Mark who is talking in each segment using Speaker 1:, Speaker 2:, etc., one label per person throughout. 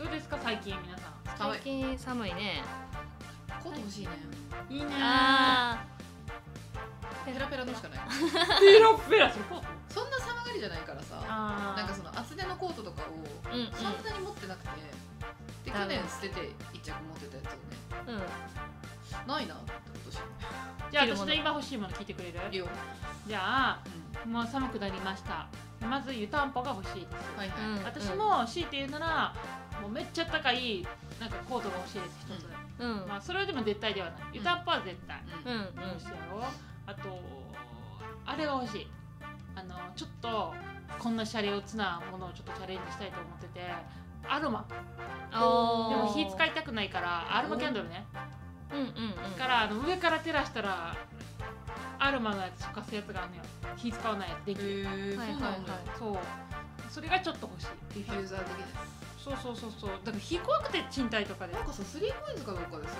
Speaker 1: 近皆さん
Speaker 2: 寒い
Speaker 3: 最近寒いね
Speaker 2: コート欲しいね
Speaker 1: いいね
Speaker 3: あ
Speaker 2: ペラペラのしかない
Speaker 1: ペラペラそこ
Speaker 2: そんな寒がりじゃないからさ
Speaker 1: あ
Speaker 2: なんかその厚手のコートとかを
Speaker 3: ーうんうん
Speaker 2: そんなに持ってなくて、で去
Speaker 3: だね
Speaker 2: 年捨てて一着持ってたやつをね
Speaker 3: うん
Speaker 2: ないなって今
Speaker 1: じゃあ私の今欲しいもの聞いてくれる
Speaker 2: 年いいよ、
Speaker 1: じゃあ
Speaker 2: う
Speaker 1: もう寒くなりましたまず湯たんぽが欲しいです
Speaker 2: ん、はいはい、
Speaker 3: うん
Speaker 1: 私も強いて言うならもうめっちゃ高いなんかコートが欲しいです一つ、
Speaker 3: うん
Speaker 1: まあそれでも絶対ではない湯たんぽは絶対、
Speaker 3: うんうん
Speaker 1: 欲しいやろあとあれが欲しいあのちょっとこんなシャレオツなものをちょっとチャレンジしたいと思っててアロマで
Speaker 3: おー
Speaker 1: も火使いたくないからアロマキャンドルね
Speaker 3: うんうんうん
Speaker 1: からあの上から照らしたらアロマのやつ溶かすやつがあるのよ火使わないやつできる
Speaker 2: へえ
Speaker 3: はいはいはい
Speaker 1: そうそれがちょっと欲しい
Speaker 2: ディフューザー的なや
Speaker 1: そうそうそうそうだから火怖くて賃貸とか
Speaker 2: つ
Speaker 1: で
Speaker 2: なんかさスリーコインズかどうかでさ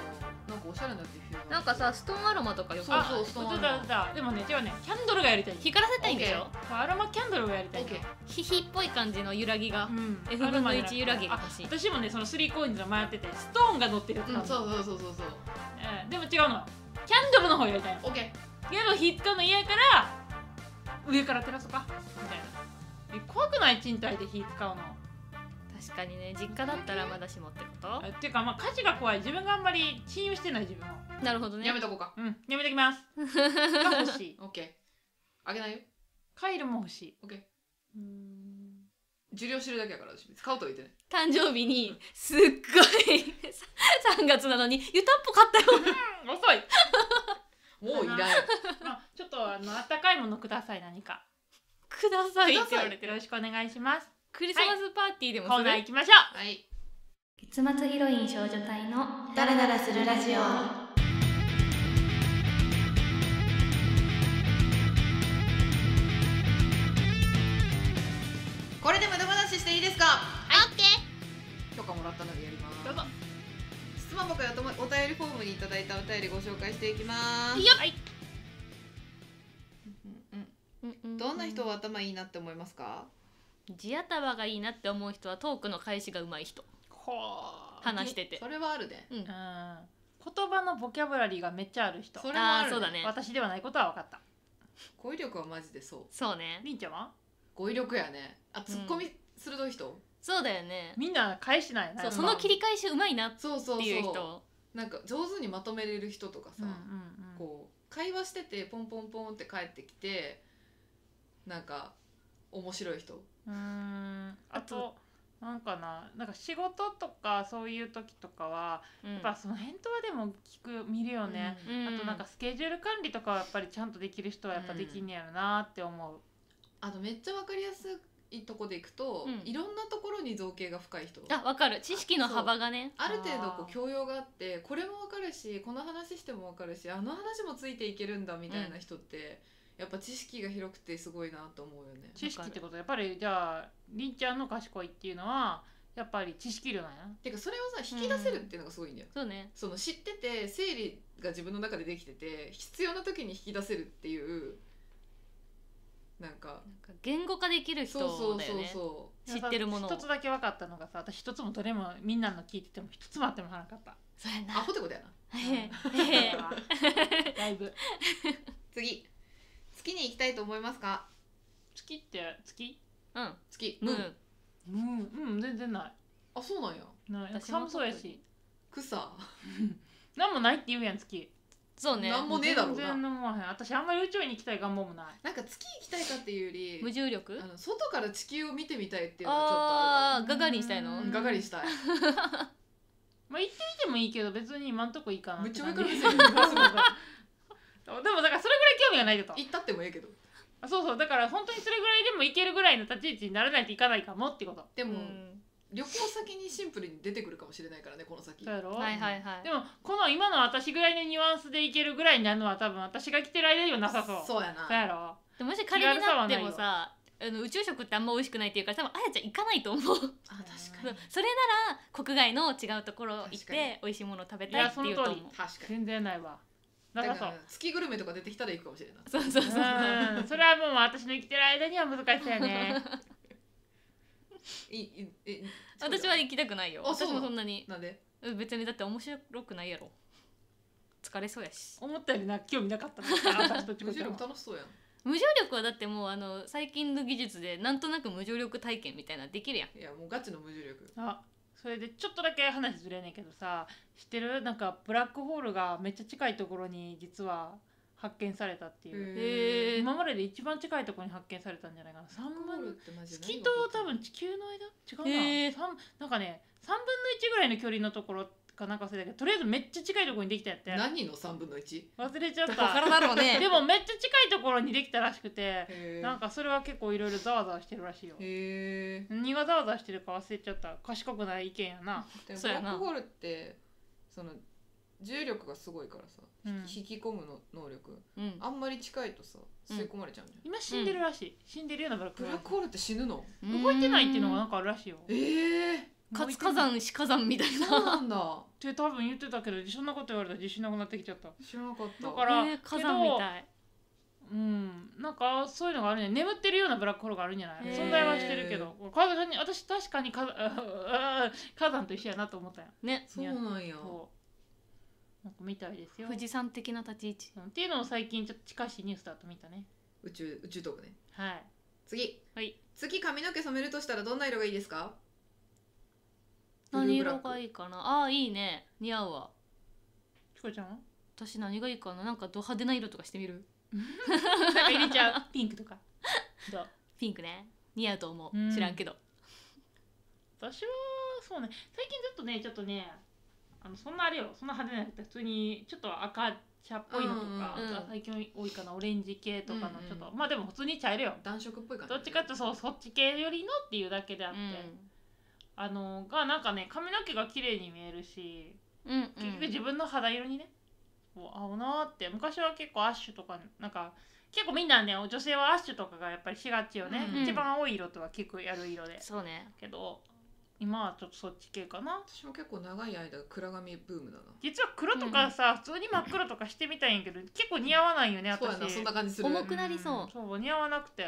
Speaker 2: なんかおしゃれなディフューザー
Speaker 3: なんかさストーンアロマとかよく
Speaker 2: そう
Speaker 1: あ
Speaker 2: そうそう
Speaker 1: だだだだでもね違うねキャンドルがやりたい
Speaker 3: 光らせたいんでし
Speaker 2: オ
Speaker 3: ょ
Speaker 1: アロマキャンドルがやりた
Speaker 2: オ
Speaker 1: い
Speaker 2: ッ
Speaker 1: の
Speaker 2: ケー
Speaker 3: ヒヒっぽい感じの揺らぎが
Speaker 1: うん、
Speaker 3: F 分の1揺らぎが
Speaker 1: あ
Speaker 3: 欲しい
Speaker 1: 私もねそのスリーコインズの迷っててストーンが乗ってるやつ
Speaker 2: うん
Speaker 1: 買うの
Speaker 2: そうそうそうそうそう
Speaker 1: えーでも違うのキャンドルの方やりたいの
Speaker 2: オッケ
Speaker 1: でも火使うの嫌やから上から照らそうかみたいなえ怖くない賃貸で火使うの
Speaker 3: 確かにね実家だったらまだしもってこと
Speaker 1: えっていうかまあ火事が怖い自分があんまり信用してない自分を
Speaker 3: なるほど
Speaker 2: ー
Speaker 3: ね
Speaker 2: やめとこうか
Speaker 1: うんやめときますが欲しい
Speaker 2: オッケーあげないよ
Speaker 1: カイルも欲しい
Speaker 2: オッケー
Speaker 1: うーん
Speaker 2: 受領してるだけやから私別に買うといてね
Speaker 3: 誕生日にすっごい 3月なのに湯たんぽ買ったよ
Speaker 1: 遅
Speaker 2: も
Speaker 1: い、
Speaker 2: ういらんよ
Speaker 1: まあ、ちょっとあのあったかいものください何か
Speaker 3: くださいって言われて
Speaker 1: よろしくお願いします
Speaker 3: クリスマスパーティーで
Speaker 1: コ
Speaker 3: も
Speaker 1: ー
Speaker 3: する、
Speaker 1: ナー行きましょう
Speaker 2: はい
Speaker 3: 月末ヒロイン少女隊の
Speaker 4: ダラダラするラジオ
Speaker 2: これで無駄話していいですかはいオッケー許可もらったのでやります
Speaker 1: どうぞ
Speaker 2: 質問箱やおともお便りフォームにいただいたお便りご紹介していきます
Speaker 1: はい
Speaker 2: うんうんどんな人は頭いいなって思いますか
Speaker 3: 地頭がいいなって思う人はトークの返しが上手い人
Speaker 1: ほー
Speaker 3: 話してて
Speaker 2: それはあるね
Speaker 3: うん
Speaker 1: うん言葉のボキャブラリーがめっちゃある人
Speaker 2: それもあ
Speaker 3: あ
Speaker 2: る、
Speaker 3: あそうだね
Speaker 1: 私ではないことは分かった
Speaker 2: 語彙力はマジでそう
Speaker 3: そうね
Speaker 1: りんちゃんは
Speaker 2: 語彙力やねあツッコミ鋭い人、
Speaker 3: そうだよね
Speaker 1: みんな返してないな
Speaker 3: そうその切
Speaker 1: り
Speaker 3: り返し上手いなっ
Speaker 2: そうそう
Speaker 3: ていう人
Speaker 2: そうなんか上手にまとめれる人とかさ、
Speaker 1: うんうんうん
Speaker 2: こう会話しててポンポンポンって帰ってきてなんか面白い人
Speaker 1: うーんあ
Speaker 3: あ
Speaker 1: となんかななんか仕事とかそういう時とかは
Speaker 3: うん
Speaker 1: やっぱその辺とはでも聞く見るよね、
Speaker 2: う
Speaker 3: うん
Speaker 1: あとなんかスケジュール管理とかはやっぱりちゃんとできる人はやっぱできんねやろなって思う、
Speaker 2: あとめっちゃわかりやすいとこでいくと、
Speaker 3: うん
Speaker 2: いろんなところに造形が深い人
Speaker 3: あわかる知識の幅がね
Speaker 2: ある程度こ
Speaker 1: あー
Speaker 2: う教養があってこれもわかるしこの話してもわかるしあの話もついていけるんだみたいな人って、やっぱ知識が広くてすごいなと思うよね。
Speaker 1: 知識ってことやっぱりじゃありんちゃんの賢いっていうのはやっぱり知識量なんやな
Speaker 2: てかそれをさ引き出せるっていうのがすごいんだよ。
Speaker 3: そうね
Speaker 2: その知ってて整理が自分の中でできてて必要な時に引き出せるっていうなんか
Speaker 3: なんか言語化できる人
Speaker 2: そうそう
Speaker 3: だ
Speaker 2: そ
Speaker 3: よ
Speaker 2: う
Speaker 3: ね
Speaker 2: そ
Speaker 3: 知ってるものを
Speaker 1: 一つだけ分かったのがさ私一つもどれもみんなの聞いてても一つもあってもはなかった
Speaker 3: そうや
Speaker 2: う
Speaker 3: な
Speaker 2: アホってことやな。
Speaker 3: へ ー
Speaker 1: だいぶ
Speaker 2: 次月に行きたいと思いますか
Speaker 1: 月って月
Speaker 3: うん
Speaker 2: 月
Speaker 3: ム
Speaker 2: ムーン
Speaker 3: ーン
Speaker 1: うんうん全然な
Speaker 2: あそうなんや
Speaker 1: いない
Speaker 3: 私も
Speaker 1: 寒そうやし
Speaker 2: 草
Speaker 1: 何もないって言うやん月
Speaker 3: そうね
Speaker 2: なんもねえだろうな
Speaker 1: 全然何もへん私あんまり宇宙に行きたい願望もない
Speaker 2: なんか月行きたいかっていうより
Speaker 3: 無重力
Speaker 2: あの外から地球を見てみたいっていうのがちょっとあ
Speaker 3: あ
Speaker 1: る
Speaker 3: ー
Speaker 1: か
Speaker 3: ガ
Speaker 1: も
Speaker 3: ガリンしたいの
Speaker 1: う
Speaker 2: る
Speaker 1: ん
Speaker 2: かもがかりしたい
Speaker 1: まあ行ってみてもいいけど別に今んとこいいかな
Speaker 2: めっちゃ上
Speaker 1: か
Speaker 2: からら
Speaker 1: で
Speaker 2: 目
Speaker 1: も
Speaker 2: 線
Speaker 1: だからそれぐらい興味がないでと
Speaker 2: 行ったってもええけど
Speaker 1: あそうそうだから本当にそれぐらいでも行けるぐらいの立ち位置にならないといかないかもってこと
Speaker 2: で
Speaker 3: う
Speaker 2: も、
Speaker 3: ん
Speaker 2: 旅行先にシンプルに出てくるかもしれないからねこの先
Speaker 1: そうやろ、
Speaker 3: はいはいはい
Speaker 1: でもこの今の私ぐらいのニュアンスでいけるぐらいになるのは多分私が来てる間ではなさそうそう
Speaker 2: そうやな
Speaker 1: やろ
Speaker 3: でもし仮になってもさあの宇宙食ってあんま美味しくないっていうから多分あやちゃん行かないと思うそ
Speaker 2: あ確
Speaker 3: れ
Speaker 2: か
Speaker 3: な
Speaker 2: に
Speaker 3: ら国外の違うところ行っ
Speaker 2: 確かに
Speaker 3: て美味しいものを食べたいっていうと
Speaker 1: いやその通
Speaker 3: 思
Speaker 2: 確
Speaker 3: う
Speaker 2: かに
Speaker 1: 全然ないわな
Speaker 2: だ
Speaker 1: さ
Speaker 2: か
Speaker 1: そう
Speaker 2: ら月グルメとか出てきたら行くかもしれない
Speaker 3: そうそうそうそう
Speaker 1: うんそれはもう私の生きてる間には難しそうやね
Speaker 2: いいえそうだ
Speaker 3: 私は行きたくないよ
Speaker 2: あそう
Speaker 3: 私
Speaker 2: なの
Speaker 3: もそんなに
Speaker 2: なんで
Speaker 3: うん別にだって面白くないやろ疲れそうやし
Speaker 1: 思ったよりな興味なかったな私とちこ
Speaker 2: 無
Speaker 1: ち
Speaker 2: 重
Speaker 1: ゃん
Speaker 2: 力
Speaker 1: は
Speaker 2: 楽しそうやん
Speaker 3: 無重力はだってもうあの最近の技術でなんとなく無重力体験みたいなのできるやん
Speaker 2: いやもうガチの無重力
Speaker 1: あそれでちょっとだけ話ずれねえけどさ知ってるなんかブラックホールがめっちゃ近いところに実は発見されたっていう、
Speaker 3: へー
Speaker 1: 今までで一番近いところに発見されたんじゃないかな3
Speaker 2: ゴールっ
Speaker 1: 分
Speaker 2: てマジで
Speaker 1: 月
Speaker 2: 何
Speaker 1: と
Speaker 2: が起こった
Speaker 1: 多
Speaker 2: の
Speaker 1: 分地球の間違うな、
Speaker 3: へー
Speaker 1: 三なんかね3分の1ぐらいの距離のところかなんかそれだけどとりあえずめっちゃ近いところにできたんやって
Speaker 2: 何の3分の 1?
Speaker 1: 忘れちゃっ
Speaker 3: どこ
Speaker 1: た
Speaker 3: からだろう ね
Speaker 1: でもめっちゃ近いところにできたらしくて
Speaker 2: へ
Speaker 1: なん
Speaker 2: か
Speaker 1: かそれは結構いろいろざわざわしてるらしいよ
Speaker 2: へ
Speaker 1: 何がざわざわしてるか忘れちゃった賢くない意見やな
Speaker 2: え
Speaker 3: そうやな
Speaker 2: ブラックホールってその重力がすごいからさ、
Speaker 1: うん
Speaker 2: 引き込むの能力
Speaker 3: うん
Speaker 2: あんまり近いとさ
Speaker 3: うん
Speaker 2: 吸い込まれちゃうんじゃん、
Speaker 1: 今死んでるらしい、死んでるようなブラック
Speaker 2: ブ
Speaker 1: ホ
Speaker 2: ラッ
Speaker 1: ー
Speaker 2: クホールって死ぬの
Speaker 1: ル動いてないっていうのがなんかあるらしいよ
Speaker 2: ええ
Speaker 3: 活火山死火山みたい
Speaker 2: ー、
Speaker 3: な
Speaker 2: そうなんだ
Speaker 1: って多分言ってたけどそんなこと言われたら自信なくなってきちゃった
Speaker 2: 知らなかった
Speaker 1: だから
Speaker 3: えー火山みたい
Speaker 1: うんなんかそういうのがあるね眠ってるようなブラックホールがあるんじゃない
Speaker 3: へー
Speaker 1: 存在はしてるけど火山に私確かに火 山火山と一緒やなと思ったよ
Speaker 3: ね
Speaker 2: そうなんや
Speaker 1: そうなんかみたいですよ
Speaker 3: 富士山的な立ち位置
Speaker 1: うんっていうのを最近ちょっと近しいニュースだと見たね
Speaker 2: 宇宙宇宙トークね
Speaker 1: はい
Speaker 2: 次
Speaker 3: はい
Speaker 2: 次髪の毛染めるとしたらどんな色がいいですか
Speaker 3: 何色が
Speaker 2: い
Speaker 3: いいかなあーいいね似合うわ
Speaker 1: チコちゃんは
Speaker 3: 私何がいいかななんかド派手な色とかしてみる
Speaker 1: なんか入れちゃうピンクとかどう
Speaker 3: ピンクね似合うと思
Speaker 1: うん
Speaker 3: う知らんけど
Speaker 1: 私はそうね最近ずっとねちょっとねあのそんなあれよそんな派手なやつ普通にちょっと赤茶っぽいのとか、
Speaker 3: うんうん
Speaker 1: あと最近多いかなオレンジ系とかの
Speaker 2: うんうん
Speaker 1: ちょっと、まあでも普通に茶色よ
Speaker 2: 暖色っぽい感じ
Speaker 1: どっちかっていうとそうそっち系よりのっていうだけであって、あのがなんかね髪の毛が綺麗に見えるし
Speaker 3: うんうん
Speaker 1: 結局自分の肌色にね、こう合うなーって昔は結構アッシュとかなんか結構みんなね女性はアッシュとかがやっぱりしがちよね、
Speaker 2: うんうん
Speaker 1: 一番多い色とは結構やる色で
Speaker 3: そうね
Speaker 1: けど今はちょっとそっち系かな
Speaker 2: 私も結構長い間暗髪ブームだな
Speaker 1: 実は黒とかさ、普通に真っ黒とかしてみたいんやけど結構似合わないよね
Speaker 2: そうや
Speaker 1: 私
Speaker 2: なそんな感じする
Speaker 3: 重くなりそ
Speaker 2: ん
Speaker 1: そう似合わなくて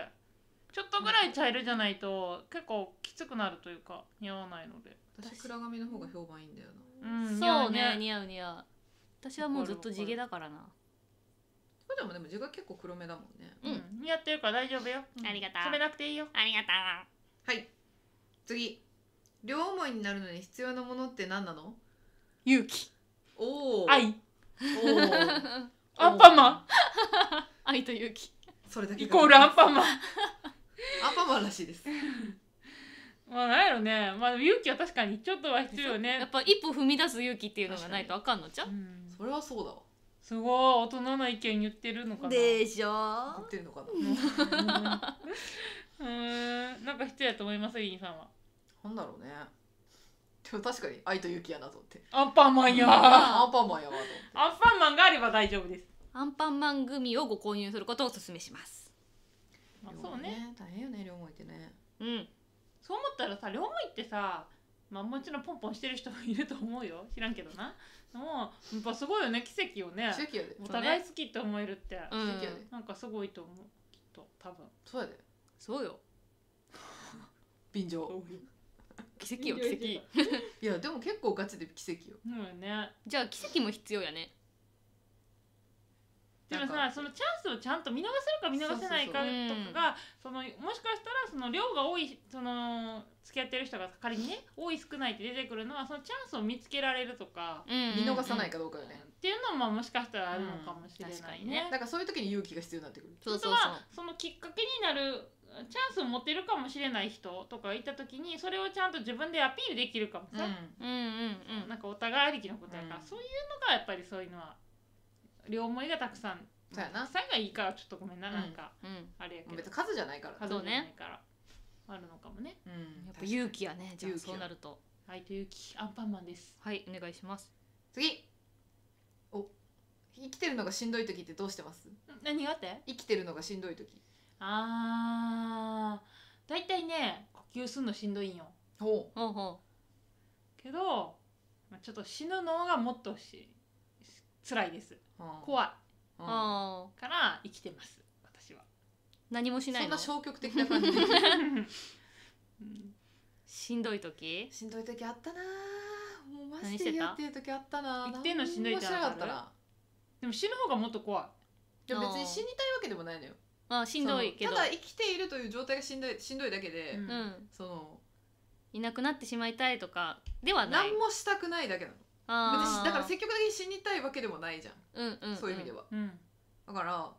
Speaker 1: ちょっとぐらい茶色じゃないと結構きつくなるというか似合わないので、
Speaker 2: 私暗髪の方が評判いいんだよな
Speaker 1: うん、似合
Speaker 3: そうね似合う似合う私はもうずっと地毛だからな
Speaker 2: これでもでも字が結構黒目だもんね
Speaker 1: うん似合ってるから大丈夫よ、ん
Speaker 3: ありがとう
Speaker 1: 染めなくていいよ
Speaker 3: ありが
Speaker 2: は
Speaker 3: と
Speaker 2: い次両思いになるのに必要なものって何なの
Speaker 3: う勇気
Speaker 2: おお
Speaker 1: 愛
Speaker 2: おー
Speaker 1: アンパンマン
Speaker 3: 愛と勇気
Speaker 2: それだけ
Speaker 1: イコールアンパン
Speaker 2: ン
Speaker 1: マン
Speaker 2: アンパンマンらしいです
Speaker 1: まあなんやろねまあでも勇気は確かにちょっとは必要よ
Speaker 3: やっ
Speaker 1: ね、
Speaker 3: ぱ一歩踏み出す勇気っていうのがないとあかんのちゃ
Speaker 1: うん、
Speaker 2: それはそうだわ
Speaker 1: すごい大人の意見言ってるのかな
Speaker 3: しょ
Speaker 2: 言ってるのかな
Speaker 1: うんうんなんか必要やと思いますインさんは
Speaker 2: なんだろうねでも確かに愛と勇気やなと思って
Speaker 1: アンパンマンやアン
Speaker 2: アンパンマンやわと思って
Speaker 1: パンマンがあれば大丈夫です
Speaker 3: アンパンマン組をご購入することをお勧めします
Speaker 1: まあ
Speaker 2: 両
Speaker 1: そ
Speaker 2: 思
Speaker 1: う
Speaker 2: い
Speaker 1: ね
Speaker 2: 大変よね両思いってね
Speaker 3: うん
Speaker 1: そう思ったらさ両思いってさまあもちろんポンポンしてる人もいると思うよ知らんけどなでもやっぱすごいよね奇跡よね
Speaker 2: 奇跡やで
Speaker 1: お互い好きって思えるって、
Speaker 3: う
Speaker 2: 奇
Speaker 3: ん
Speaker 2: 跡やで
Speaker 1: なんかすごいと思うきっと多分
Speaker 2: そうやで
Speaker 3: そうよ
Speaker 2: 便乗
Speaker 3: 奇跡よ奇跡
Speaker 2: いやでも結構ガチで奇跡よ
Speaker 1: そうよね
Speaker 3: じゃあ奇跡も必要やね
Speaker 1: で
Speaker 2: な
Speaker 1: も
Speaker 2: ん
Speaker 1: さ
Speaker 2: か
Speaker 1: そのチャンスをちゃんと見逃せるか見逃せないか
Speaker 2: そう
Speaker 1: と
Speaker 3: そうそう
Speaker 1: かがそのもしかしたらその量が多いその付き合ってる人が仮にね多い少ないって出てくるのはそのチャンスを見つけられるとか、
Speaker 2: 見
Speaker 3: 見
Speaker 2: 逃さないか
Speaker 3: か
Speaker 2: どうかよね
Speaker 1: っていうのもまあもしかしたらあるのかもしれない
Speaker 3: うん確かに
Speaker 1: ね
Speaker 3: ね。
Speaker 2: だからそういう時に勇気が必要になってくる
Speaker 3: そうそ
Speaker 1: 本
Speaker 3: うそ
Speaker 1: 当
Speaker 3: う
Speaker 1: はそのきっかけになるチャンスを持てるかもしれない人とかいた時にそれをちゃんと自分でアピールできるかもさ、
Speaker 3: うんうんうん
Speaker 1: なんかお互いありきのことやから、
Speaker 2: うん
Speaker 1: そういうのがやっぱりそういうのは両思いがたくさん
Speaker 2: そうやな
Speaker 1: たくさんがいいからちょっとごめんな、
Speaker 2: うん
Speaker 1: なんか
Speaker 3: うん
Speaker 1: あれや
Speaker 2: うん
Speaker 1: け
Speaker 2: 別
Speaker 1: ど
Speaker 2: に数じゃないから
Speaker 1: 数じゃないからあるのかもね
Speaker 2: うん
Speaker 3: やっぱ勇気やねじゃあ
Speaker 2: 勇気
Speaker 3: そ
Speaker 2: や
Speaker 3: うなると
Speaker 1: はいというきアンパンマンです
Speaker 3: はいお願いします
Speaker 2: 次お生きてるのがしんどい時ってどうしてます
Speaker 1: 何があって
Speaker 2: 生きてるのがしんどい時
Speaker 1: あーだいたいね呼吸すんのしんどいんよ
Speaker 2: ほ
Speaker 3: ほうほ
Speaker 1: けどまあちょっと死ぬのがもっとし辛いです
Speaker 2: う怖
Speaker 1: 怖
Speaker 3: う
Speaker 2: あ
Speaker 3: あ
Speaker 1: いから生きてます私は
Speaker 3: ー何もし
Speaker 2: そ
Speaker 3: ない
Speaker 2: んな
Speaker 3: の
Speaker 2: 消極的な感じ
Speaker 1: うん
Speaker 3: しんどい時
Speaker 2: しんどい時あったなあもうマ
Speaker 3: 何
Speaker 2: ジ
Speaker 3: して
Speaker 2: で
Speaker 3: た
Speaker 2: 嫌っていう時あったなあ
Speaker 1: 生きてんのしんどいって
Speaker 2: 何も知らなかった
Speaker 1: あ
Speaker 2: な
Speaker 1: でも死ぬ方がもっと怖い
Speaker 2: でも別
Speaker 3: あ
Speaker 2: に
Speaker 3: ー
Speaker 2: 死にたいわけでもないのよ
Speaker 3: あしんどいけど
Speaker 2: そのただ生きているという状態がしんどいしんどいだけで、
Speaker 1: うん
Speaker 3: うん、
Speaker 2: その
Speaker 3: いなくなってしまいたいとかではない
Speaker 2: 何もしたくないだけなの
Speaker 3: あ
Speaker 2: 別
Speaker 3: ー
Speaker 2: にだから積極的に死にたいわけでもないじゃん、
Speaker 3: うんうんん
Speaker 2: そういう意味では
Speaker 1: うん
Speaker 2: だから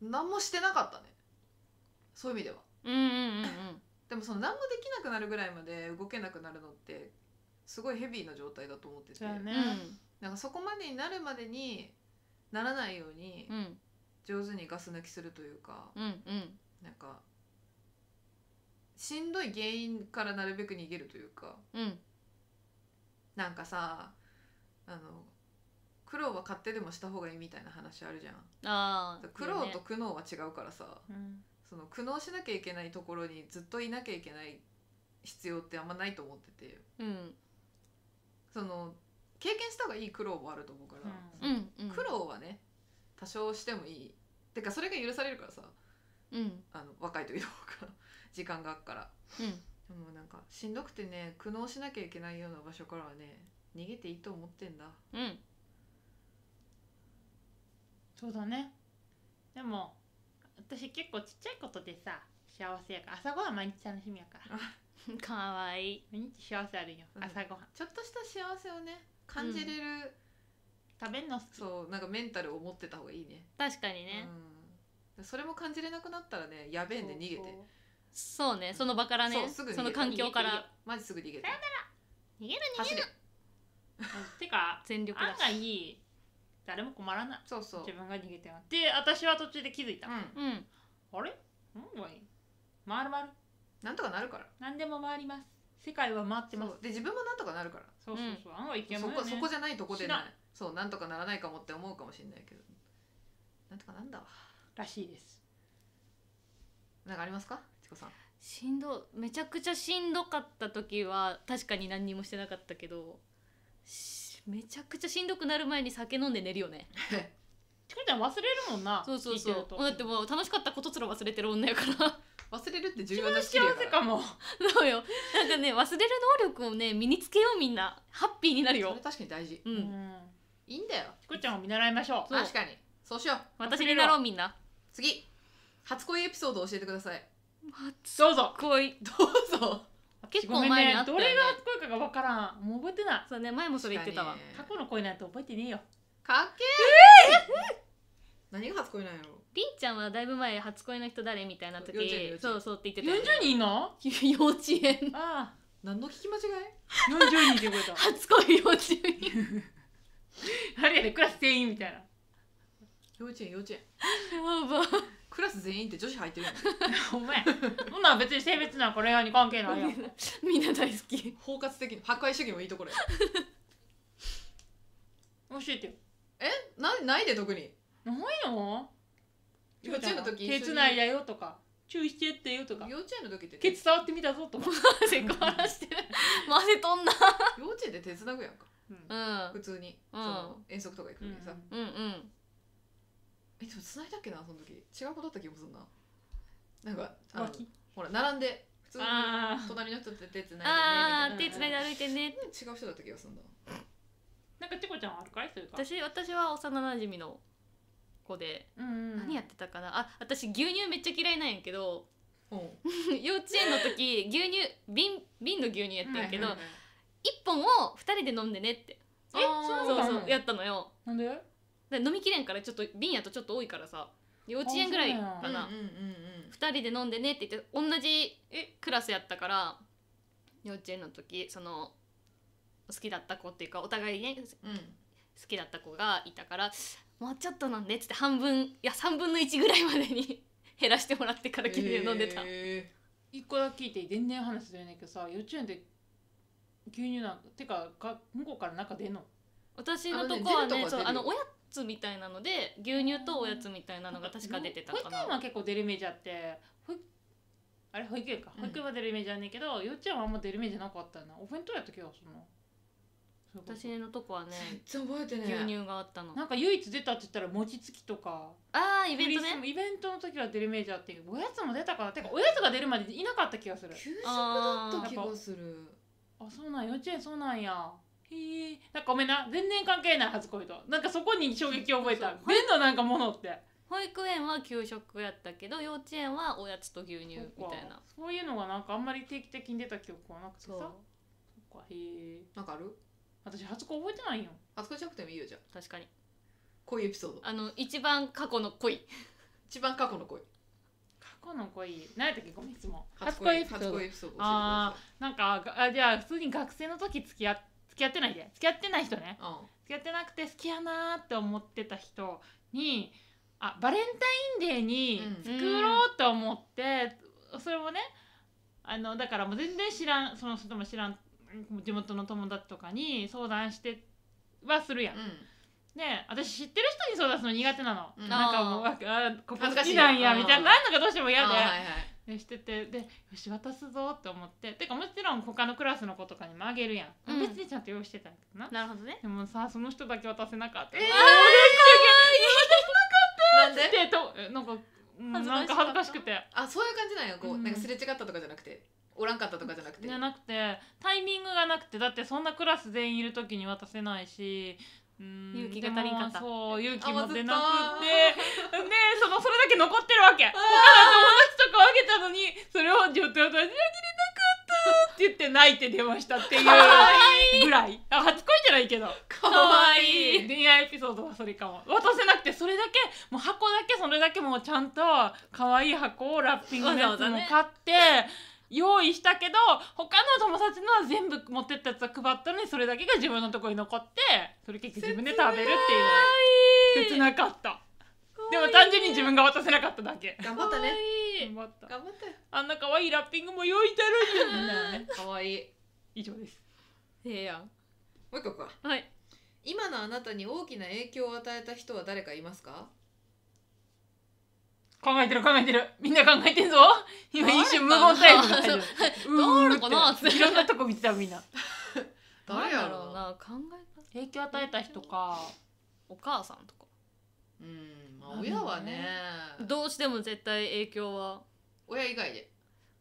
Speaker 2: 何もしてなかったねそういう意味では
Speaker 3: うんうんうん
Speaker 2: でもその何もできなくなるぐらいまで動けなくなるのってすごいヘビーな状態だと思ってて、
Speaker 1: そうやね
Speaker 3: うん
Speaker 2: なんかそこまでになるまでにならないように
Speaker 3: うんうん
Speaker 2: 上手にガス抜きするというか、
Speaker 3: うんうん
Speaker 2: なんかしんどい原因からなるべく逃げるというか
Speaker 3: うん
Speaker 2: なんかさあの苦労は勝手でもした方がいいみたいな話あるじゃん
Speaker 3: ああ
Speaker 2: 苦労と苦悩は違うからさ、
Speaker 1: うん
Speaker 2: その苦悩しなきゃいけないところにずっといなきゃいけない必要ってあんまないと思ってて
Speaker 3: うん
Speaker 2: その経験した方がいい苦労もあると思うから、
Speaker 1: う
Speaker 3: うんうん
Speaker 2: 苦労はね多少してもいいてかそれが許されるからさ
Speaker 3: うん
Speaker 2: あの若い時の方が 時間があっから
Speaker 3: うん
Speaker 2: でもなんかしんどくてね苦悩しなきゃいけないような場所からはね逃げていいと思ってんだ
Speaker 3: うん
Speaker 1: そうだねでも私結構ちっちゃいことでさ幸せやから朝ごはん毎日楽しみやから
Speaker 3: うん かわいい
Speaker 1: 毎日幸せあるんよ
Speaker 2: うん
Speaker 1: 朝ごはん
Speaker 2: ちょっとした幸せをね感じれる、
Speaker 1: 食べんの好き
Speaker 2: そうなんかメンタルを持ってた方がいいね
Speaker 3: 確かにね、
Speaker 2: うん、それも感じれなくなったらねやべえんで逃げて
Speaker 1: そう
Speaker 3: そうねその場からね
Speaker 2: そうすぐ逃げる
Speaker 3: の環境から
Speaker 2: マジすぐ逃げて
Speaker 3: 逃げる
Speaker 2: 走れ
Speaker 1: そうてか
Speaker 3: 全力だ
Speaker 1: 案外
Speaker 3: し
Speaker 1: いい誰も困らない
Speaker 2: そうそう
Speaker 1: 自分が逃げてはで私は途中で気づいた、
Speaker 2: うん
Speaker 3: うん
Speaker 1: あれ何がいい回る回る
Speaker 2: なんとかなるから
Speaker 1: 何でも回ります世界は回ってます
Speaker 2: そうで自分もなんとかなるから
Speaker 1: そうそうそう、案外いけま
Speaker 2: そ
Speaker 1: よね
Speaker 2: こそこじゃないとこでな
Speaker 1: 知
Speaker 2: いそうなんとかならないかもって思うかもしれないけどなんとかなんだわ
Speaker 1: らしいです
Speaker 2: なんかありますかちこさん
Speaker 3: しんどめちゃくちゃしんどかった時は確かに何にもしてなかったけどしめちゃくちゃしんどくなる前に酒飲んで寝るよね
Speaker 1: チコちゃん忘れるもんな
Speaker 3: そうそうそ
Speaker 1: 聞いうてると
Speaker 3: だってもう楽しかったことすら忘れてる女やから
Speaker 2: 忘れるって重
Speaker 1: 一
Speaker 2: 要な
Speaker 1: 番
Speaker 2: ス
Speaker 1: 幸
Speaker 2: キルや
Speaker 1: せ
Speaker 2: か
Speaker 1: かも
Speaker 3: そうよなんかね忘れる能力をね身につけようみんなハッピーになる
Speaker 2: らそ
Speaker 3: よ
Speaker 2: れ確かに大事
Speaker 3: う
Speaker 1: うんん
Speaker 2: いいんだよ
Speaker 1: チコちゃんを見習いましょう
Speaker 3: そう
Speaker 2: 確かにそうしよう
Speaker 3: 私になろうみんな
Speaker 2: 次初恋エピソード教えてくだ さい
Speaker 1: どうぞ
Speaker 3: 恋
Speaker 2: どうぞ
Speaker 3: 結構前にあったよね
Speaker 1: ごめんねどれが初恋かがわからんもう覚えてない
Speaker 3: そうね前もそれ言ってたわ
Speaker 1: 過去の恋なんて覚えてねえよ
Speaker 2: かっけえ何が初恋なんやろ
Speaker 3: りんちゃんはだいぶ前初恋の人誰みたいな時
Speaker 2: 幼稚園幼稚園
Speaker 3: そうそうって言ってたよ
Speaker 1: 40
Speaker 3: ね
Speaker 1: 人いんの
Speaker 3: 幼稚園
Speaker 1: ああ
Speaker 2: 何の聞き間違い
Speaker 1: 40人ってこと
Speaker 3: 初恋幼稚園
Speaker 1: あれやでクラス全員みたいな
Speaker 2: 幼稚園幼稚園
Speaker 3: やば
Speaker 2: クラス全員って女子入ってるの
Speaker 1: お前そんなん別に性別なんか恋愛に関係ないやん
Speaker 3: みんな大好き
Speaker 2: 包括的に破壊主義もいいところや
Speaker 1: 教えてよ
Speaker 2: なないで特に
Speaker 1: ないの
Speaker 2: 幼稚園の時
Speaker 1: 手
Speaker 2: 一緒
Speaker 1: つ
Speaker 2: に
Speaker 1: ないだよとか注意してってよとか
Speaker 2: 幼稚園の時って手
Speaker 1: ケツ触ってみたぞとか、
Speaker 3: セクハラしてるもう汗とんな
Speaker 2: 幼稚園で手つなぐやんか
Speaker 1: うん
Speaker 3: う
Speaker 2: 普通に、
Speaker 3: うん
Speaker 2: その遠足とか行くのにさ、
Speaker 1: うん
Speaker 3: んうんうん
Speaker 2: えでもつないだっけなその時違う子だった気もすんななんかあの
Speaker 1: 脇
Speaker 2: ほら並んで普通に
Speaker 1: あー
Speaker 2: 隣の人って手つな
Speaker 3: あ
Speaker 2: い
Speaker 3: ー
Speaker 2: でね
Speaker 3: 手
Speaker 2: み
Speaker 3: つ
Speaker 2: た
Speaker 3: ないい
Speaker 2: な
Speaker 3: で歩いてね
Speaker 2: 違う人だった気がすんな
Speaker 1: なんかチコちゃんはあるかいそういうか
Speaker 3: 私私は幼馴染の子で、
Speaker 1: うんうん
Speaker 3: 何やってたかなあ私牛乳めっちゃ嫌いなんやけど
Speaker 2: うんは
Speaker 3: 幼稚園の時牛乳瓶瓶の牛乳やったんやけど、
Speaker 1: はい
Speaker 3: 一1本を2人で飲んでねって
Speaker 1: えそう
Speaker 3: そう
Speaker 1: な
Speaker 3: そ
Speaker 1: の
Speaker 3: うやったのよ
Speaker 1: なんで
Speaker 3: で飲みきれんからちょっと瓶やとちょっと多いからさ幼稚園ぐらい
Speaker 1: あそ
Speaker 3: か
Speaker 1: う
Speaker 3: な
Speaker 2: うんうんうんうん
Speaker 3: 2人で飲んでねって言って同じクラスやったから幼稚園の時その好きだった子っていうかお互いね
Speaker 2: うん
Speaker 3: 好きだった子がいたからもうちょっとなんでっつって半分いや3分の1ぐらいまでに減らしてもらってから牛乳飲んでた、
Speaker 2: え
Speaker 1: 一個だけ聞いて全然話するねんけどさ幼稚園で牛乳なんかてかが向こうから中出んの
Speaker 3: 私のとこは
Speaker 2: あのね出
Speaker 3: ね
Speaker 2: るとこは
Speaker 3: そう
Speaker 2: 出るよ
Speaker 3: あのおやつみたいなので牛乳とおやつみたいなのが確か出てたか
Speaker 1: 保育園
Speaker 3: な
Speaker 1: は結構出るイメージあって保育あれ保育園か
Speaker 2: うん
Speaker 1: 保育園は出るイメージあんねんけど、幼稚園はあんま出るイメージなかったなお弁当やった気がするなすごい
Speaker 3: 私のとこはね
Speaker 2: 全然覚えてない
Speaker 3: 牛乳があったの
Speaker 1: なんか唯一出たって言ったら餅つきとか
Speaker 3: ああイベン
Speaker 1: クリ
Speaker 3: ト
Speaker 1: ス
Speaker 3: ね
Speaker 1: マイベントの時は出るイメージあっておやつも出たかなてかおやつが出るまでいなかった気がする
Speaker 2: 給食だった気がする
Speaker 1: あそうなん幼稚園そうなんやへえなんかごめんな全然関係ない初恋となんかそこに衝撃を覚えた
Speaker 3: そうそう
Speaker 1: 便のなんかものって
Speaker 3: 保育園は給食やったけど幼稚園はおやつと牛乳みたいな
Speaker 1: そういうのがなんかあんまり定期的に出た記憶はなくてさ
Speaker 3: そ
Speaker 1: そうっかへえ
Speaker 2: なんかある
Speaker 1: 私初恋覚えてないよ
Speaker 2: あそこじゃなくてもいいよじゃあ
Speaker 3: 確かに
Speaker 2: こういうエピソード
Speaker 3: あの一番過去の恋
Speaker 2: 一番過去の恋
Speaker 1: 過去の恋何やったっけごめん質問
Speaker 2: 初恋
Speaker 1: エピソード
Speaker 2: 初恋エピソード教えてくだ
Speaker 1: あなんかがあじゃあ普通に学生の時付き合付き合ってないで付き合ってない人ね
Speaker 2: さいうん
Speaker 1: 付き合ってなくて好きやなーって思ってた人にあバレンタインデーに
Speaker 2: うん
Speaker 1: 作ろうと思って、それもねあのだからもう全然知らんその人も知らん地元の友達とかに相談してはするやん、で私知ってる人に相談するの苦手なの、
Speaker 2: うん
Speaker 1: なんかもうわあここ
Speaker 2: 恥ず
Speaker 1: 好
Speaker 2: かしい
Speaker 1: きなんや
Speaker 2: うん
Speaker 1: みたいななんだかどうしても嫌
Speaker 2: あ
Speaker 1: で
Speaker 2: ーはいはい
Speaker 1: でしててでよし渡すぞって思っててかもちろん他のクラスの子とかにもあげるやん、
Speaker 3: うん
Speaker 1: 別にちゃんと用意してたんやけどな
Speaker 3: なるほどね
Speaker 1: でもさその人だけ渡せなかったの、
Speaker 2: なんで
Speaker 1: でとえなんかうん
Speaker 3: 恥ずか
Speaker 1: な
Speaker 3: しかった
Speaker 1: んか恥ずかしくて
Speaker 2: あそういう感じなんやこう、
Speaker 1: うん
Speaker 2: なんかすれ違ったとかじゃなくておらんかったとかじゃなくて
Speaker 1: じゃなくてタイミングがなくてだってそんなクラス全員いる時に渡せないし。うん
Speaker 3: 勇気が足りんかった
Speaker 1: でもそう勇気
Speaker 2: あも
Speaker 1: も
Speaker 2: うずっと
Speaker 1: 出なくてでそのそれだけ残ってるわけ他の友達とかあげたのにそれを自分と私はあげれなかったって言って泣いて出ましたっていうぐらいあ初恋じゃないけど
Speaker 2: か
Speaker 1: 可
Speaker 2: わい
Speaker 1: 愛い
Speaker 2: い
Speaker 1: 恋愛エピソードはそれかも渡せなくてそれだけもう箱だけそれだけもうちゃんと可愛い箱をラッピングのや
Speaker 3: わ
Speaker 1: つ
Speaker 3: ざわ
Speaker 1: も
Speaker 3: ざね
Speaker 1: 買って用意したけど他の友達のは全部持ってったやつは配ったのにそれだけが自分のとこに残ってそれ結局自分で食べるっていう切なかったでも単純に自分が渡せなかっただけ
Speaker 2: 頑張ったね
Speaker 1: 頑張った
Speaker 2: 頑張ったよ
Speaker 1: あんな可愛いラッピングも用意してるのにみたいなね
Speaker 2: かわいい
Speaker 1: 以上です
Speaker 3: ええやん
Speaker 2: もう一個か
Speaker 3: はい
Speaker 2: 今のあなたに大きな影響を与えた人は誰かいますか
Speaker 1: 考えてる考えてるみんな考えてんぞ今一瞬無
Speaker 3: 誰かな
Speaker 1: 言タイムが入る
Speaker 3: うどうなのかな
Speaker 1: うーんっていろんなとこ見てたみんな
Speaker 2: 誰やろうな
Speaker 3: な考え方
Speaker 1: 影響与えた人か
Speaker 3: お母さんとか
Speaker 2: うん、まあ、親はね
Speaker 3: どうしても絶対影響は
Speaker 2: 親以外で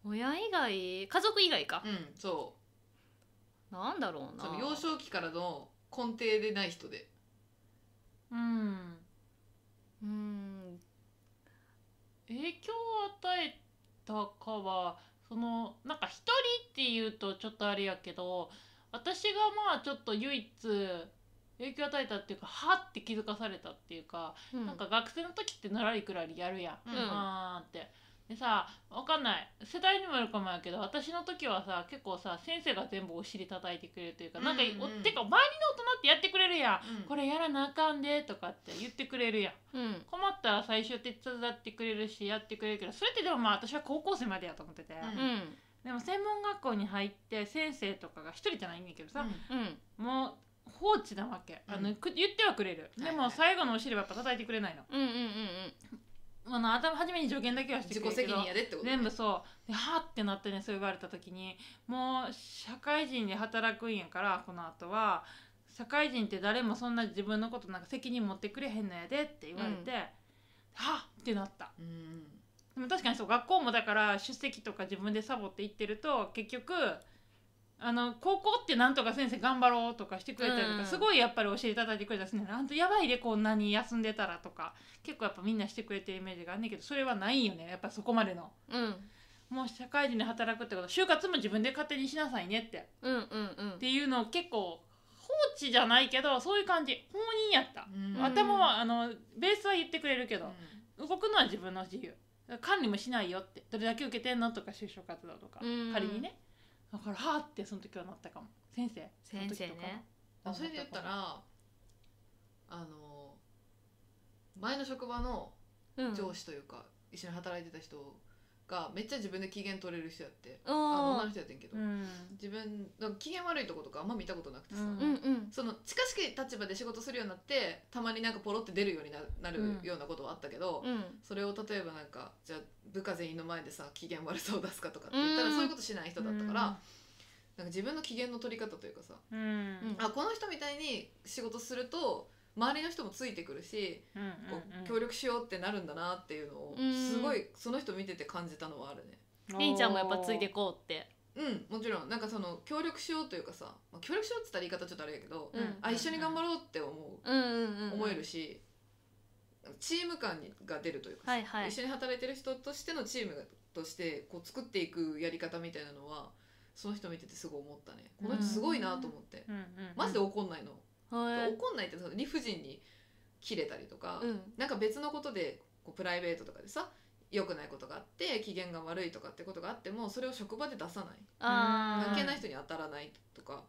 Speaker 3: 親以外家族以外か
Speaker 2: うんそう
Speaker 3: なんだろうな
Speaker 2: その幼少期からの根底でない人で
Speaker 1: うん
Speaker 3: うん
Speaker 1: 影響を与えたかはそのなんか一人っていうとちょっとあれやけど私がまあちょっと唯一影響与えたっていうかはって気づかされたっていうか、
Speaker 3: な
Speaker 1: なんん
Speaker 3: か
Speaker 1: か学生の時ってのらりくらりやるやん
Speaker 2: う
Speaker 3: うん
Speaker 1: あーってでさわかんない世代にもよるかもやけど私の時はさ結構さ先生が全部お尻叩いてくれるというか、なんか
Speaker 2: うんうん
Speaker 1: おてか周りの大人ってやってくれるやん、
Speaker 2: うん
Speaker 1: これやらなあかんでとかって言ってくれるやん
Speaker 3: うん
Speaker 1: 困ったら最終手伝ってくれるしやってくれるけどそれってでもまあ私は高校生までやと思ってて、
Speaker 2: ん
Speaker 3: うん
Speaker 1: でも専門学校に入って先生とかが一人じゃないんだけどさ、
Speaker 3: うん
Speaker 1: もう放置なわけあの、
Speaker 2: うん
Speaker 1: く言ってはくれるで
Speaker 2: はいは
Speaker 1: も
Speaker 2: い
Speaker 1: 最後のお尻はやっぱ叩いてくれないの、
Speaker 3: うんうんうん
Speaker 1: あの頭初めに助言だけはして
Speaker 2: 自
Speaker 1: くれ
Speaker 2: 己責
Speaker 1: るけど
Speaker 2: 任やでってことね
Speaker 1: 全部そうではーってなってねそう言われた時にもう社会人で働くんやからこの後は社会人って誰もそんな自分のことなんか責任持ってくれへんのやでって言われて、
Speaker 3: うん
Speaker 1: はっってなった
Speaker 2: うん
Speaker 1: でも確かにそう学校もだから出席とか自分でサボって行ってると結局あの高校ってなんとか先生頑張ろうとかしてくれたりとか、
Speaker 3: うん
Speaker 1: すごいやっぱり教えて叩いてくれたりするねあんたやばいでこんなに休んでたらとか結構やっぱみんなしてくれてるイメージがあんねんけどそれはないんよねやっぱそこまでの。
Speaker 3: うん
Speaker 1: もう社会人で働くってこと就活も自分で勝手にしなさいねって
Speaker 3: うんうんうん
Speaker 1: っていうのを結構放置じゃないけどそういう感じ放任やった、
Speaker 2: うん
Speaker 1: 頭はあのベースは言ってくれるけ
Speaker 2: う
Speaker 1: ど
Speaker 2: ん、
Speaker 1: 動くのは自分の自由管理もしないよってどれだけ受けてんのとか就職活動とか、
Speaker 3: うん
Speaker 1: 仮にねだからはあってその時はなったかも先生
Speaker 3: 先生ね
Speaker 2: あそれで言ったらあの前の職場の
Speaker 3: うん
Speaker 2: 上司というか、一緒に働いてた人がめっちゃ自分で機嫌取れる人やって
Speaker 3: お
Speaker 2: あの女
Speaker 3: ー
Speaker 2: の人やってんけど、
Speaker 1: うん
Speaker 2: 自分の機嫌悪いとことかあんま見たことなくてさ、
Speaker 1: うん
Speaker 3: うんうん
Speaker 2: その近しい立場で仕事するようになってたまになんかポロって出るようにななるようなことはあったけど、
Speaker 3: うん
Speaker 2: それを例えばなんかじゃあ部下全員の前でさ機嫌悪そう出すかとかって言ったら
Speaker 3: うん
Speaker 2: そういうことしない人だったから、なんか自分の機嫌の取り方というかさ
Speaker 1: うんうん
Speaker 2: あこの人みたいに仕事すると周りの人もついてくるし、
Speaker 1: うん
Speaker 2: こう協力しようってなるんだなっていうのを
Speaker 3: うん
Speaker 2: すごいその人見てて感じたのはあるね。
Speaker 3: りんちゃんもやっぱついてこうって
Speaker 2: うんもちろんなんかその協力しようというかさ、まあ、協力しようって言ったら言い方ちょっとあれやけど、
Speaker 3: うん
Speaker 2: あ一緒に頑張
Speaker 1: ろ
Speaker 2: ろうって思
Speaker 3: うんうんうんう
Speaker 2: う、
Speaker 3: ん
Speaker 2: 思えるしチーム感にが出るというかさ、
Speaker 3: はいはい
Speaker 2: 一緒に働いてる人としてのチームがとしてこう作っていくやり方みたいなのはその人見ててすごい思ったねこの人すごいなと思って、
Speaker 1: うん。うんうん
Speaker 2: マジで怒んないの、
Speaker 3: はい
Speaker 2: 怒んないってその理不尽に切れたりとか、
Speaker 3: うん
Speaker 2: なんか別のことでこうプライベートとかでさ良くないことがあって機嫌が悪いとかってことがあってもそれを職場で出さない
Speaker 3: あ
Speaker 2: 関係ない
Speaker 3: い
Speaker 2: 人に当たらないとか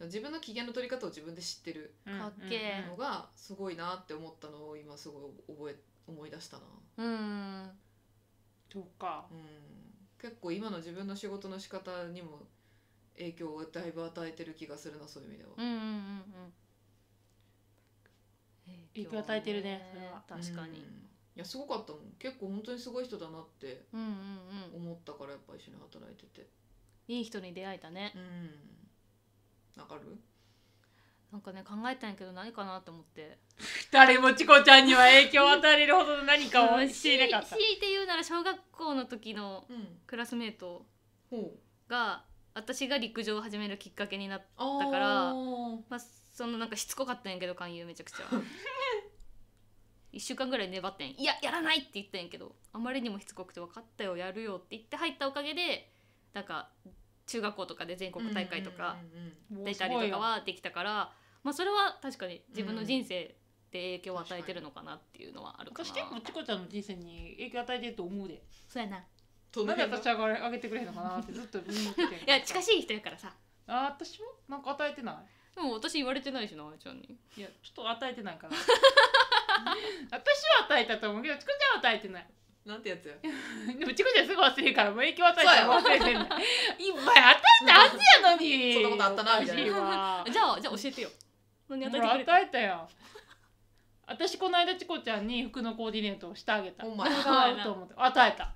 Speaker 2: 自分の機嫌の取り方を自分で知ってる
Speaker 1: うん
Speaker 3: かっけえ
Speaker 2: のがすごいなって思ったのを今すごい覚え思い出したな、
Speaker 3: うん
Speaker 1: そうか
Speaker 2: うん、結構今の自分の仕事の仕方にも影響をだいぶ与えてる気がするなそういう意味では、
Speaker 3: うんうんうんうん
Speaker 1: 影響与えてるねそれは
Speaker 3: 確かに
Speaker 2: うんいやすごかったもん結構本当にすごい人だなって
Speaker 3: うんうんうん
Speaker 2: 思ったからやっぱ一緒に働いてて
Speaker 3: いい人に出会えたね
Speaker 2: うんわかる
Speaker 3: なんかね考えたんやけど何かなと思って
Speaker 1: 誰もチコちゃんには影響を与えるほどの何かを知れなかった
Speaker 3: 強いて言うなら小学校の時の
Speaker 2: うん
Speaker 3: クラスメート
Speaker 2: ほう
Speaker 3: が私が陸上を始めるきっかけになっ
Speaker 2: あ
Speaker 3: だから
Speaker 2: ー
Speaker 3: まあ、そのなんかしつこかったんやけど勧誘めちゃくちゃ一週間ぐらい粘ってん「いややらない!」って言ったんやけどあまりにもしつこくて「分かったよやるよ」って言って入ったおかげでなんか中学校とかで全国大会とか
Speaker 2: うんうんうんうん
Speaker 3: 出たりとかはできたから、まあ、それは確かに自分の人生で影響を与えてるのかなっていうのはあるかな、
Speaker 1: 私結構チコちゃんの人生に影響与えてると思うで
Speaker 3: そうやない
Speaker 2: どの
Speaker 1: なんで
Speaker 2: 辺が
Speaker 1: 私はあげてくれへんのかなってずっと思 ってる
Speaker 3: や近しい人やからさ
Speaker 1: あ私もなんか与えてない
Speaker 3: でも私言われてないしなあやちゃんに
Speaker 1: いやちょっと与えてない かな私は与えたと思うけどチコちゃんは与えてない
Speaker 2: なんてや つや
Speaker 1: でもチコちゃんすぐ忘れるからもう影響与えたら忘れてんない今与えたはずやのに
Speaker 2: そんなことあったなみたいな
Speaker 1: おかしわ
Speaker 3: あじゃあじゃあ教えてよ何与えて
Speaker 1: ほ
Speaker 3: く
Speaker 1: ら
Speaker 3: れた
Speaker 1: 与えたよ私この間チコちゃんに服のコーディネートをしてあげた
Speaker 2: お前
Speaker 1: 買うと思って与えた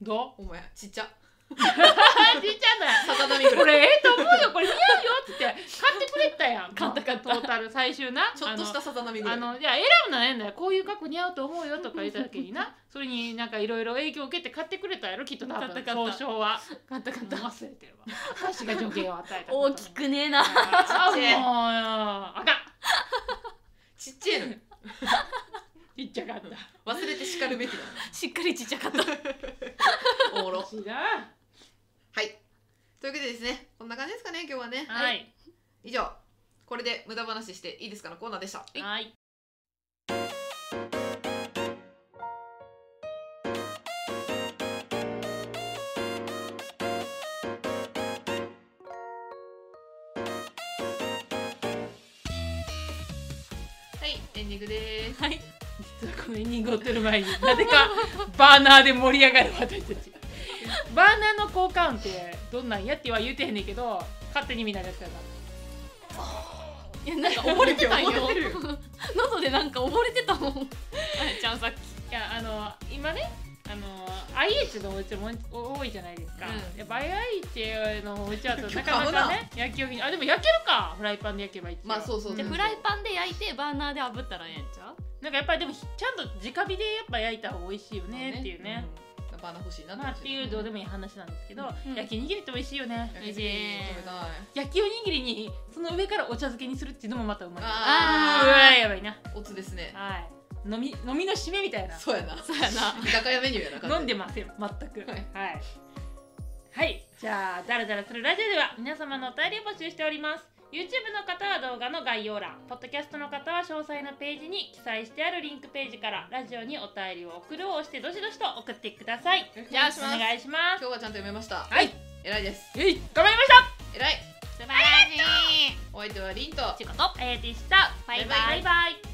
Speaker 1: どう
Speaker 2: お前ちっ ちゃ
Speaker 1: あちっちゃな い
Speaker 2: 坂上
Speaker 1: こ
Speaker 2: くらい
Speaker 1: れええと思うよこれ似合うよっつって買ってくれたやん
Speaker 3: 買った買った
Speaker 1: トータル最終な
Speaker 2: ちょっとした坂上ぐら
Speaker 1: あ
Speaker 2: い
Speaker 1: のいや選ぶのはええんだよこういう格好似合うと思うよとか言った時になそれになんかいろいろ影響を受けて買ってくれたやろきっと多
Speaker 3: 買った
Speaker 1: 分
Speaker 3: 買った
Speaker 1: 総称は
Speaker 3: 買った買った
Speaker 1: うん忘れてるわ私が助言を与えたこと
Speaker 3: 大きくねえな
Speaker 1: あ
Speaker 2: ちっちゃい
Speaker 1: もうあか
Speaker 2: ちっちゃいの
Speaker 1: んいっちゃかった
Speaker 2: 忘れて叱るべきだ
Speaker 3: しっかりちっちゃかった。
Speaker 2: おもろ
Speaker 1: 私だは
Speaker 2: はいというわけでですねこんな感じですかね今日はね
Speaker 1: い
Speaker 2: 以上これで無駄話していいですかのコーナーでした
Speaker 1: はい
Speaker 2: はいエンディングです
Speaker 3: はい。
Speaker 1: 実はこのエンディングを撮る前に なぜかバーナーで盛り上がる私たち バーナーの交換ってどんなんやっては言うてへんねんけど勝手にみんなでやってたない
Speaker 3: やなんか溺れてたんよ
Speaker 2: 溺れてるよ。
Speaker 3: 喉でなんか溺れてたもん。あやちゃんさっき。
Speaker 1: いやあの今ねあの IH のお家も多いじゃないですか、
Speaker 3: うん
Speaker 1: やっぱ IH のお家だとなかなかね焼きおぎにあでも焼けるかフライパンで焼けばいい
Speaker 2: まあそうそうそう
Speaker 3: じゃあフライパンで焼いてバーナーで炙ったらええんちゃう？
Speaker 1: なんかやっぱりでもひちゃんと直火でやっぱ焼いた方が美味しいよねっていうね、
Speaker 2: うんバーナー欲しいな
Speaker 1: まあっていうどうでも
Speaker 2: いい
Speaker 1: いい話なんですけど、
Speaker 3: うん
Speaker 1: 焼きにぎりって美味しいよね、
Speaker 2: 食べたい
Speaker 1: 焼きおにぎりにその上からお茶漬けにするっていうのもまたうまいう
Speaker 2: あ
Speaker 1: わーやばいな
Speaker 2: ーおつですね
Speaker 1: はい飲み飲みの締めみたいな
Speaker 2: そうやな
Speaker 3: そうやな。
Speaker 2: 居酒屋メニューやな完全に
Speaker 1: 飲んでません全く
Speaker 2: はい
Speaker 1: はい、はいじゃあ「だらだらするラジオ」では皆様のお便りを募集しております YouTube の方は動画の概要欄ポッドキャストの方は詳細のページに記載してあるリンクページから「ラジオにお便りを送る」を押してどしどしと送ってください
Speaker 2: よろしく
Speaker 1: じ
Speaker 2: お
Speaker 1: ゃ
Speaker 2: 願
Speaker 1: あ
Speaker 2: いします今
Speaker 1: お願いしま
Speaker 2: 日はちゃんと読めました
Speaker 1: すはい
Speaker 2: 偉いです
Speaker 1: えい頑張りました
Speaker 2: 偉い
Speaker 3: 素晴らしい。
Speaker 2: お相手はリンと
Speaker 3: ちこと。
Speaker 1: あやでした
Speaker 3: バイバイ
Speaker 1: バイバイ